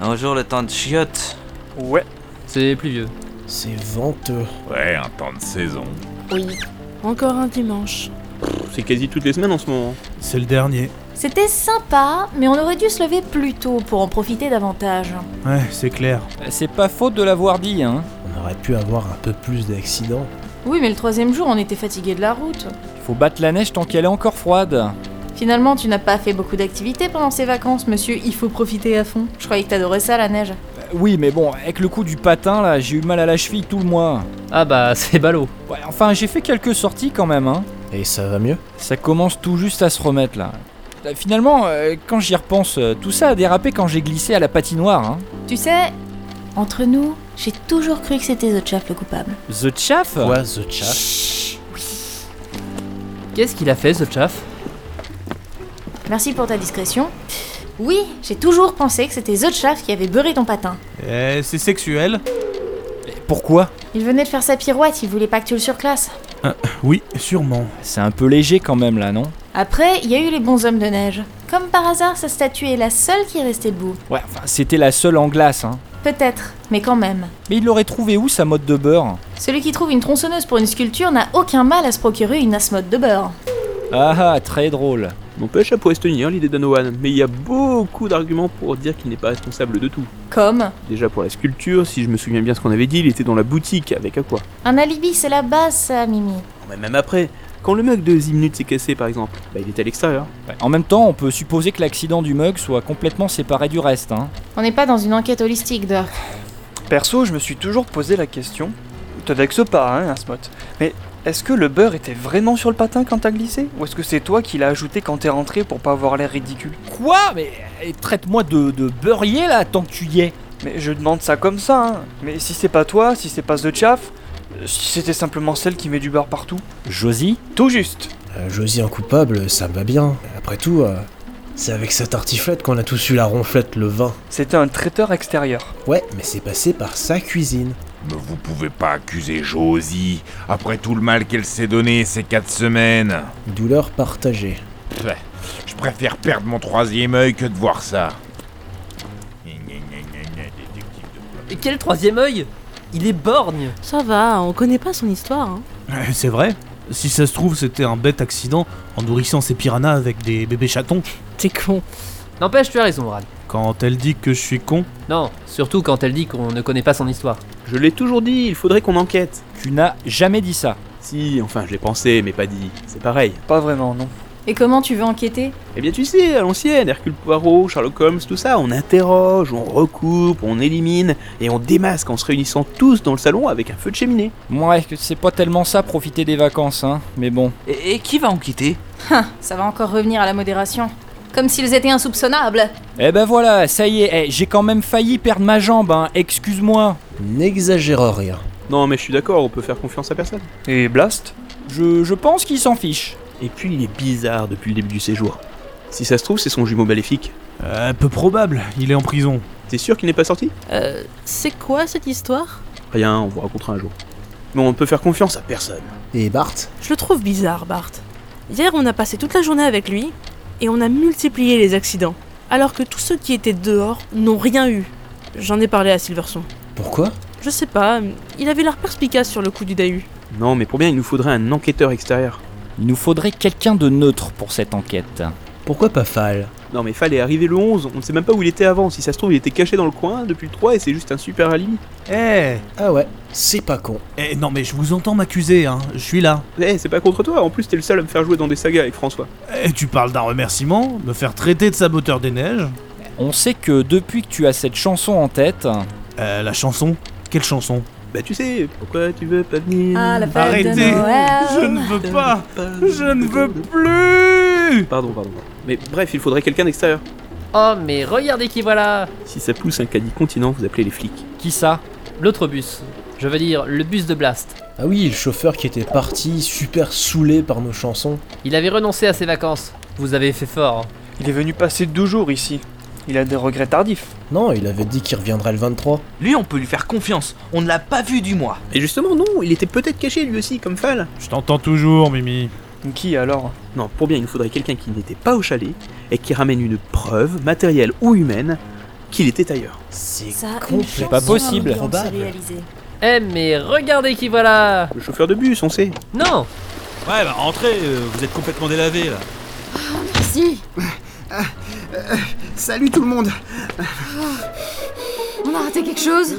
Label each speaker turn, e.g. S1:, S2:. S1: Un jour, le temps de chiottes.
S2: Ouais.
S3: C'est pluvieux.
S4: C'est venteux.
S5: Ouais, un temps de saison.
S6: Oui. Encore un dimanche.
S7: C'est quasi toutes les semaines en ce moment.
S8: C'est le dernier.
S6: C'était sympa, mais on aurait dû se lever plus tôt pour en profiter davantage.
S8: Ouais, c'est clair.
S1: C'est pas faute de l'avoir dit, hein.
S4: On aurait pu avoir un peu plus d'accidents.
S6: Oui, mais le troisième jour, on était fatigué de la route.
S1: Faut battre la neige tant qu'elle est encore froide.
S6: Finalement, tu n'as pas fait beaucoup d'activités pendant ces vacances, monsieur. Il faut profiter à fond. Je croyais que t'adorais ça, la neige.
S1: Oui, mais bon, avec le coup du patin, là, j'ai eu mal à la cheville tout le mois.
S3: Ah bah, c'est ballot.
S1: Ouais, enfin, j'ai fait quelques sorties quand même, hein.
S4: Et ça va mieux
S1: Ça commence tout juste à se remettre, là. Euh, Finalement, euh, quand j'y repense, euh, tout ça a dérapé quand j'ai glissé à la patinoire, hein.
S6: Tu sais, entre nous, j'ai toujours cru que c'était The Chaff le coupable.
S1: The Chaff
S4: Quoi, The Chat
S6: Chut.
S3: Qu'est-ce qu'il a fait, ce chaff
S6: Merci pour ta discrétion. Oui, j'ai toujours pensé que c'était The Chaff qui avait beurré ton patin.
S8: Eh, c'est sexuel
S1: Pourquoi
S6: Il venait de faire sa pirouette, il voulait pas que tu le surclasses.
S8: Oui, sûrement.
S1: C'est un peu léger quand même, là, non
S6: Après, il y a eu les bons hommes de neige. Comme par hasard, sa statue est la seule qui est restée debout.
S1: Ouais, enfin, c'était la seule en glace, hein.
S6: Peut-être, mais quand même.
S1: Mais il l'aurait trouvé où, sa mode de beurre
S6: Celui qui trouve une tronçonneuse pour une sculpture n'a aucun mal à se procurer une asmode de beurre.
S1: Ah ah, très drôle.
S7: N'empêche, ça pourrait se tenir l'idée d'Anohan, mais il y a beaucoup d'arguments pour dire qu'il n'est pas responsable de tout.
S6: Comme
S7: Déjà pour la sculpture, si je me souviens bien ce qu'on avait dit, il était dans la boutique avec Aqua.
S6: Un alibi, c'est la base, ça, Mimi.
S7: Oh, Mais même après, quand le mug de 10 minutes s'est cassé par exemple, bah il était à l'extérieur.
S1: Ouais, En même temps, on peut supposer que l'accident du mug soit complètement séparé du reste, hein.
S6: On n'est pas dans une enquête holistique, Dirk.
S2: Perso, je me suis toujours posé la question. Te vexe pas, hein, Asmot. Mais est-ce que le beurre était vraiment sur le patin quand t'as glissé Ou est-ce que c'est toi qui l'as ajouté quand t'es rentré pour pas avoir l'air ridicule
S1: Quoi Mais eh, traite-moi de, de beurrier là tant que tu y es.
S2: Mais je demande ça comme ça, hein. Mais si c'est pas toi, si c'est pas The Chaff, euh, si c'était simplement celle qui met du beurre partout.
S1: Josie
S2: Tout juste
S4: Euh, Josie en coupable, ça me va bien. Après tout, euh, c'est avec sa tartiflette qu'on a tous eu la ronflette le vin.
S2: C'était un traiteur extérieur.
S4: Ouais, mais c'est passé par sa cuisine.
S5: Mais vous pouvez pas accuser Josie. Après tout le mal qu'elle s'est donné ces quatre semaines.
S4: Douleur partagée.
S5: Pfff, je préfère perdre mon troisième œil que de voir ça. Gna, gna, gna, gna, gna, détective de
S3: Et quel troisième œil Il est borgne.
S9: Ça va, hein, on connaît pas son histoire. hein.
S8: Euh, C'est vrai. Si ça se trouve, c'était un bête accident en nourrissant ses piranhas avec des bébés chatons.
S9: T'es con.
S3: N'empêche, tu as raison, Brad.
S8: Quand elle dit que je suis con,
S3: Non, surtout quand elle dit qu'on ne connaît pas son histoire.
S7: Je l'ai toujours dit, il faudrait qu'on enquête.
S1: Tu n'as jamais dit ça.
S7: Si, enfin je l'ai pensé, mais pas dit. C'est pareil.
S2: Pas vraiment, non.
S6: Et comment tu veux enquêter
S7: Eh bien tu sais, à l'ancienne, Hercule Poirot, Sherlock Holmes, tout ça, on interroge, on recoupe, on élimine, et on démasque en se réunissant tous dans le salon avec un feu de cheminée.
S1: Moi, c'est pas tellement ça profiter des vacances, hein. Mais bon.
S10: Et, et qui va enquêter
S6: Ça va encore revenir à la modération. Comme s'ils étaient insoupçonnables.
S1: Eh ben voilà, ça y est, eh, j'ai quand même failli perdre ma jambe, hein. Excuse-moi.
S4: N'exagère rien.
S7: Non mais je suis d'accord, on peut faire confiance à personne.
S2: Et Blast
S1: Je, je pense qu'il s'en fiche.
S7: Et puis il est bizarre depuis le début du séjour. Si ça se trouve, c'est son jumeau maléfique.
S8: euh, peu probable, il est en prison.
S7: T'es sûr qu'il n'est pas sorti
S9: Euh, c'est quoi cette histoire
S7: Rien, on vous racontera un jour. Mais on peut faire confiance à personne.
S4: Et Bart
S9: Je le trouve bizarre, Bart. Hier, on a passé toute la journée avec lui et on a multiplié les accidents, alors que tous ceux qui étaient dehors n'ont rien eu. J'en ai parlé à Silverson.
S4: Pourquoi
S9: Je sais pas, il avait l'air perspicace sur le coup du Dahu.
S7: Non, mais pour bien, il nous faudrait un enquêteur extérieur.
S1: Il nous faudrait quelqu'un de neutre pour cette enquête.
S4: Pourquoi pas Fall
S7: Non, mais Fall est arrivé le 11, on ne sait même pas où il était avant. Si ça se trouve, il était caché dans le coin depuis le 3 et c'est juste un super alibi.
S8: Eh
S4: Ah ouais, c'est pas con.
S8: Eh non mais je vous entends m'accuser, hein. Je suis là.
S7: Eh, c'est pas contre toi, en plus, t'es le seul à me faire jouer dans des sagas avec François.
S8: Eh, tu parles d'un remerciement Me faire traiter de saboteur des neiges
S1: On sait que depuis que tu as cette chanson en tête,
S8: Euh, la chanson Quelle chanson
S7: Bah, tu sais, pourquoi tu veux pas venir
S6: Ah, la fête
S8: Mmh. Arrêtez
S6: de
S8: Je
S6: Noël
S8: ne veux pas Je ne veux plus
S7: Pardon, pardon. pardon. Mais bref, il faudrait quelqu'un d'extérieur.
S3: Oh, mais regardez qui voilà
S7: Si ça pousse un caddie continent, vous appelez les flics.
S1: qui ça
S3: L'autre bus. Je veux dire, le bus de Blast.
S4: Ah oui, le chauffeur qui était parti super saoulé par nos chansons.
S3: Il avait renoncé à ses vacances. Vous avez fait fort. hein.
S2: Il est venu passer deux jours ici. Il a des regrets tardifs.
S4: Non, il avait dit qu'il reviendrait le 23.
S10: Lui, on peut lui faire confiance. On ne l'a pas vu du mois.
S7: Mais justement, non, il était peut-être caché lui aussi, comme Fall.
S8: Je t'entends toujours, Mimi.
S2: Qui alors
S7: Non, pour bien, il nous faudrait quelqu'un qui n'était pas au chalet et qui ramène une preuve, matérielle ou humaine, qu'il était ailleurs.
S4: C'est
S6: complètement
S1: pas possible.
S3: Eh mais regardez qui voilà
S7: Le chauffeur de bus, on sait.
S3: Non
S8: Ouais, bah rentrez, euh, vous êtes complètement délavé là.
S11: Si Salut tout le monde
S6: On a raté quelque chose